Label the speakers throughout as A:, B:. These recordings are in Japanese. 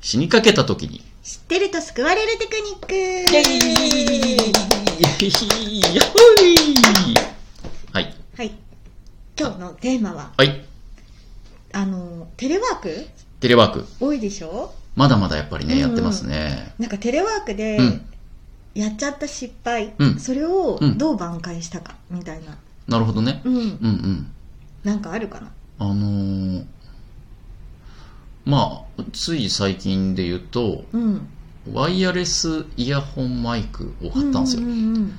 A: 死にかけた時に。
B: 知ってると救われるテクニック
A: イェイやっほーいはい。
B: はい。今日のテーマは、
A: はい。
B: あの、テレワーク
A: テレワーク。
B: 多いでしょ
A: まだまだやっぱりね、
B: うんうん
A: やってますね。
B: なんかテレワークで
A: うん、
B: やっちゃった失敗、
A: うん
B: それを
A: うん
B: どう挽回したか、みたいな。
A: なるほどね。
B: うん。
A: うんうん。
B: なんかあるかな
A: あのー、まあ、つい最近で言うと、
B: うん。
A: ワイヤレスイヤホンマイクを買ったんですよ。
B: うんうん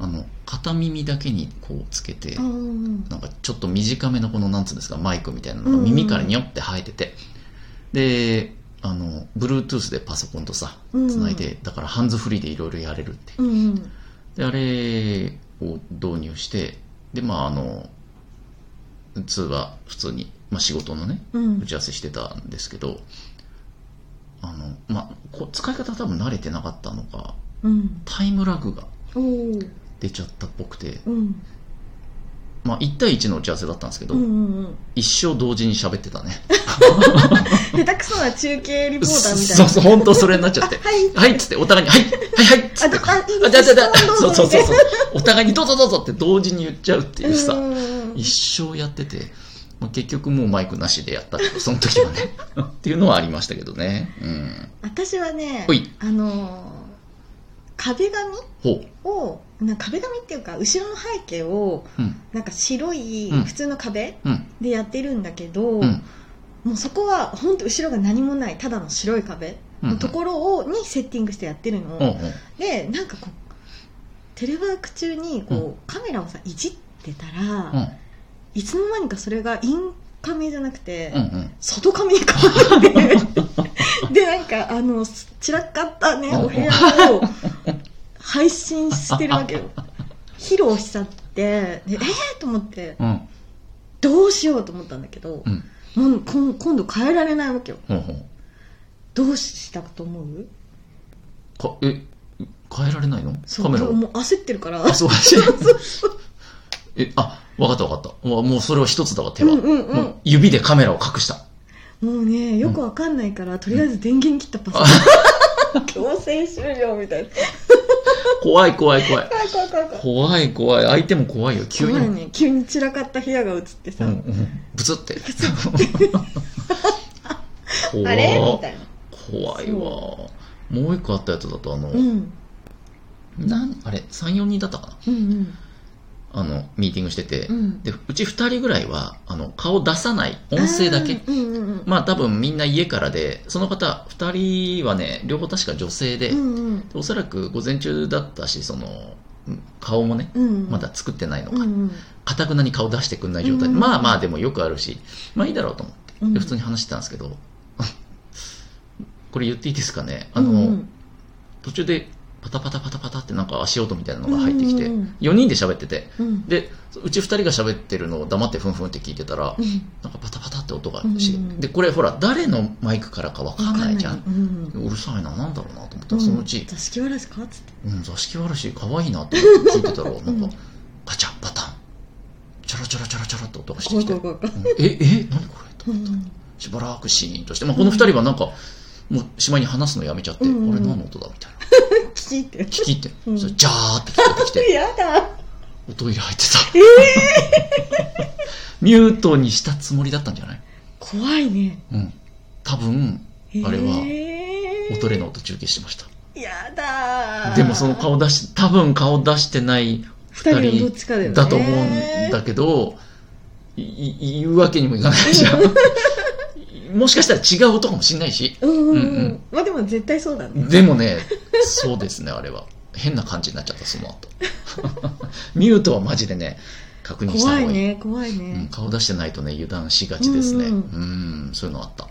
A: あの、片耳だけにこうつけて、
B: うん
A: なんかちょっと短めのこの、なんつうんですか、マイクみたいなの
B: うん
A: が
B: うん
A: 耳からにょって生えてて、で、あの、Bluetooth でパソコンとさ、
B: うん
A: つないで、だからハンズフリーでいろいろやれるって。
B: うんうん。
A: で、あれを導入して、で、まあ、あの、通話、普通に、まあ、仕事のね、
B: うんうん
A: 打ち合わせしてたんですけど、あの、まあ、こ使い方多分慣れてなかったのか、
B: うん。
A: タイムラグが
B: おー
A: 出ちゃったっぽくて、
B: うん。
A: まあ、1対1の打ち合わせだったんですけど、
B: うんうんうん。
A: 一生同時に喋ってたね。
B: 下手くそな中継リポーターみたい
A: そ
B: な。。
A: うそう、本当それになっちゃって
B: はい。
A: はいっつって、お互いに、はいはいはいっつって。
B: ああいいです
A: あ、だだだ
B: どうぞ
A: そうそう
B: ど
A: そううそ
B: ぞ
A: う。お互いにどうぞどうぞって同時に言っちゃうっていうさ、
B: うん
A: 一生やってて、まあ、結局もうマイクなしでやったけど、その時はね。っていうのはありましたけどね。うん。
B: 私はね
A: ほい、
B: あのー、壁紙
A: ほう。
B: をなんか壁紙っていうか後ろの背景を
A: うん。
B: なんか白い
A: うん
B: 普通の壁
A: うん。
B: でやってるんだけど、
A: うん。
B: もうそこは本当後ろが何もないただの白い壁
A: うんう
B: の
A: ん
B: ところをにセッティングしてやってるの、
A: ほうほう
B: でなんかこうテレワーク中にこう、
A: う
B: カメラをさいじってたら、
A: うん。
B: いつの間にかそれがインカメじゃなくて、
A: うん。うん。
B: 外 髪に変わってでなんかあの散らかったね
A: うん
B: お部屋を配信してるわけよ披露しちゃってでえー、と思って
A: うん。
B: どうしようと思ったんだけど
A: う、ん。
B: もうこん今度変えられないわけよ
A: ほうほう。
B: どうしたと思う
A: か、え、変えられないの
B: そう
A: カメラを。
B: もう焦ってるから
A: あ、そうし。え、あ、わかったわかった。うわもうそれは一つだわ、手
B: うん
A: は。
B: うんうん
A: もう指でカメラを隠した。
B: もうねよくわかんないから、とりあえず電源切ったパソコン強制終了みたいな
A: 怖い怖い怖い。
B: 怖い怖い怖い怖い
A: 怖い怖い。相手も怖いよ、急に。
B: 怖
A: う
B: い
A: ん
B: ね急に散らかった部屋が映って
A: う
B: さ、
A: ん。ブツって。怖
B: あれみたいな
A: 怖いわ。もう一個あったやつだと、あの、
B: うん
A: なんあれ、3、4人だったかな
B: うんうん
A: あの、ミーティングしてて。
B: うん
A: で、うち2人ぐらいは、あの、顔出さない。音声だけ。
B: あーうんうんうん、
A: まあ多分みんな家からで、その方2人はね、両方確か女性で、
B: うんうん
A: おそらく午前中だったし、その、うん顔もね、
B: うん、
A: まだ作ってないの
B: うん
A: か
B: う、ん
A: かたくなに顔出してくんない状態で、
B: うん
A: まあまあでもよくあるし、まあいいだろうと思って、
B: うん、
A: で普通に話してたんですけど、 これ言っていいですかね、あ
B: うんうん
A: の、途中でパタパタパタパタってなんか足音みたいなのが入ってきて
B: うんうんうん、
A: 4人で喋ってて、
B: うん
A: で、うち2人が喋ってるのを黙ってふんふんって聞いてたら
B: う、ん
A: なんかパタパタって音がして、
B: うんうん
A: で、これほら、誰のマイクからかわかんないじゃ
B: わ
A: ん。
B: かうん
A: うるさいな、なんだろうなと思ったら、そのうち、
B: 座敷わらしかっつって
A: うん、座敷わらし、可愛いなと思って聞いてたら、
B: ん
A: なんか、ガチャ、パタン、チョロチョロチョロチョロって音がして
B: 怖い
A: きて、
B: 怖い怖い怖い
A: うんえ、え、何これと
B: う
A: 思って、
B: ん
A: しばらくシーンとして、まあ、この二人はなんか、もうしまいに話すのやめちゃって、こ
B: う
A: れ
B: んうん
A: 何の音だみたいな。
B: 聞いて
A: 聞き入って、
B: うん
A: それジャーって聞こえてき て、
B: やだ
A: おトイレ入ってた。 ミュートにしたつもりだったんじゃない
B: 怖いね
A: うん。多分、あれは
B: へー
A: おトイレの音中継してました。
B: やだ
A: でもその顔出し、多分顔出してない二
B: 二人のど
A: 人
B: っちかだよね
A: だと思うんだけど、いい言うわけにもいかないじゃ ん。もしかしたら違う音かもしれないし。
B: うんうんう
A: うんうんん
B: まあでも絶対そうだね
A: でもね、そうですね、あれは。変な感じになっちゃった、その後。 ミュートはマジでね、確認した方
B: 怖い
A: がいい。
B: ね怖い
A: うん
B: ね
A: 顔出してないとね、油断しがちですね。
B: う
A: う
B: ん
A: ん、そういうのあった。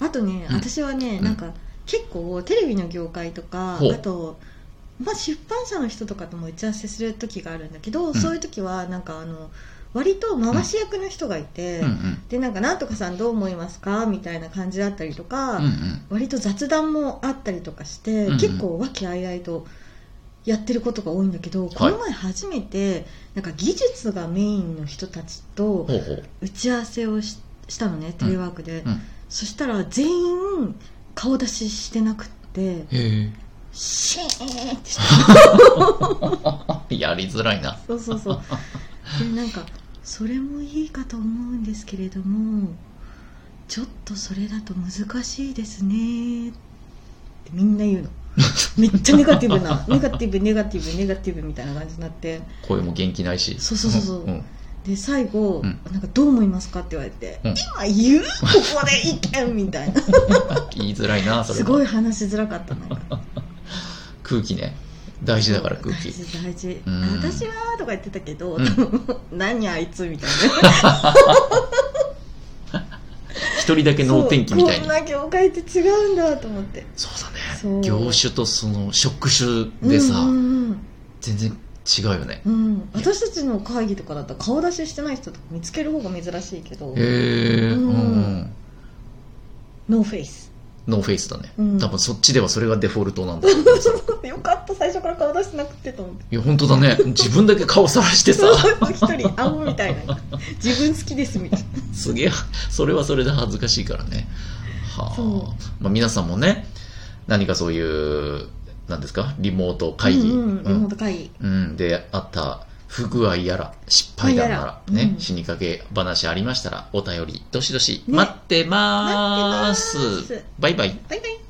B: あとね
A: うん
B: 私はね
A: うん
B: なんか結構テレビの業界とか
A: ほう
B: あとまあ出版社の人とかとも打ち合わせする時があるんだけど
A: ん
B: そういう時はなんかあの割と回し役の人がいて
A: うんうん。
B: でなんかなんとかさんどう思いますかみたいな感じだったりとか
A: うんうん。
B: 割と雑談もあったりとかして、
A: うんうん
B: 結構和気あいあいとやってることが多いんだけど、この前初めてなんか技術がメインの人たちと
A: ほうほう。
B: 打ち合わせをししたのねテレワークで、
A: うんうん
B: そしたら全員顔出ししてなくって
A: へ
B: シーンってして
A: えやりづらいな
B: そうそう そうでなんかそれもいいかと思うんですけれどもちょっとそれだと難しいですねってみん な言うのめっちゃネガティブなネガティブネガティブネガティブみたいな感じになって
A: 声も元気ないし
B: そうそうそうそうん
A: ん
B: で最後、
A: うん
B: なんかどう思いますかって言われて、
A: うん
B: 今言うここで意見みたいな
A: 言いづらいなそれ
B: す
A: は
B: ごい話しづらかったのよ
A: 空気ね大事だから空
B: 大
A: 気
B: 事大事
A: うん
B: 私はとか言ってたけど、
A: うん
B: 何あいつみたい
A: 一人だけ
B: な
A: 能天気みたい
B: そうこん
A: に
B: な業界って違うんだと思って
A: そう
B: そう
A: だね業種とその職種でさ、
B: うんうん
A: 全然違うよね
B: うんうん私たちの会議とかだったら顔出ししてない人とか見つける方が珍しいけど
A: へえ
B: う
A: うんんうん
B: ノーフェイス、
A: ノーフェイスだね
B: うん、
A: 多分そっちではそれがデフォルトなんだ
B: よかった最初から顔出してなくてと思って
A: いや本当だ ね自分だけ顔さらしてさ
B: そう一人あんみたいな自分好きですみたいな
A: すげえそれはそれで恥ずかしいからねはあ
B: そ
A: まあ、皆さんもね何かそういう何ですかリモート会議、
B: うんうん、リ
A: うん
B: モート会議
A: うん、であった不具合やら失敗談なら、
B: やら
A: ね
B: うん
A: 死にかけ話ありましたらお便りどしどし
B: ね
A: 待ってまー,、
B: 待ってますす
A: バイバイ
B: バイバイ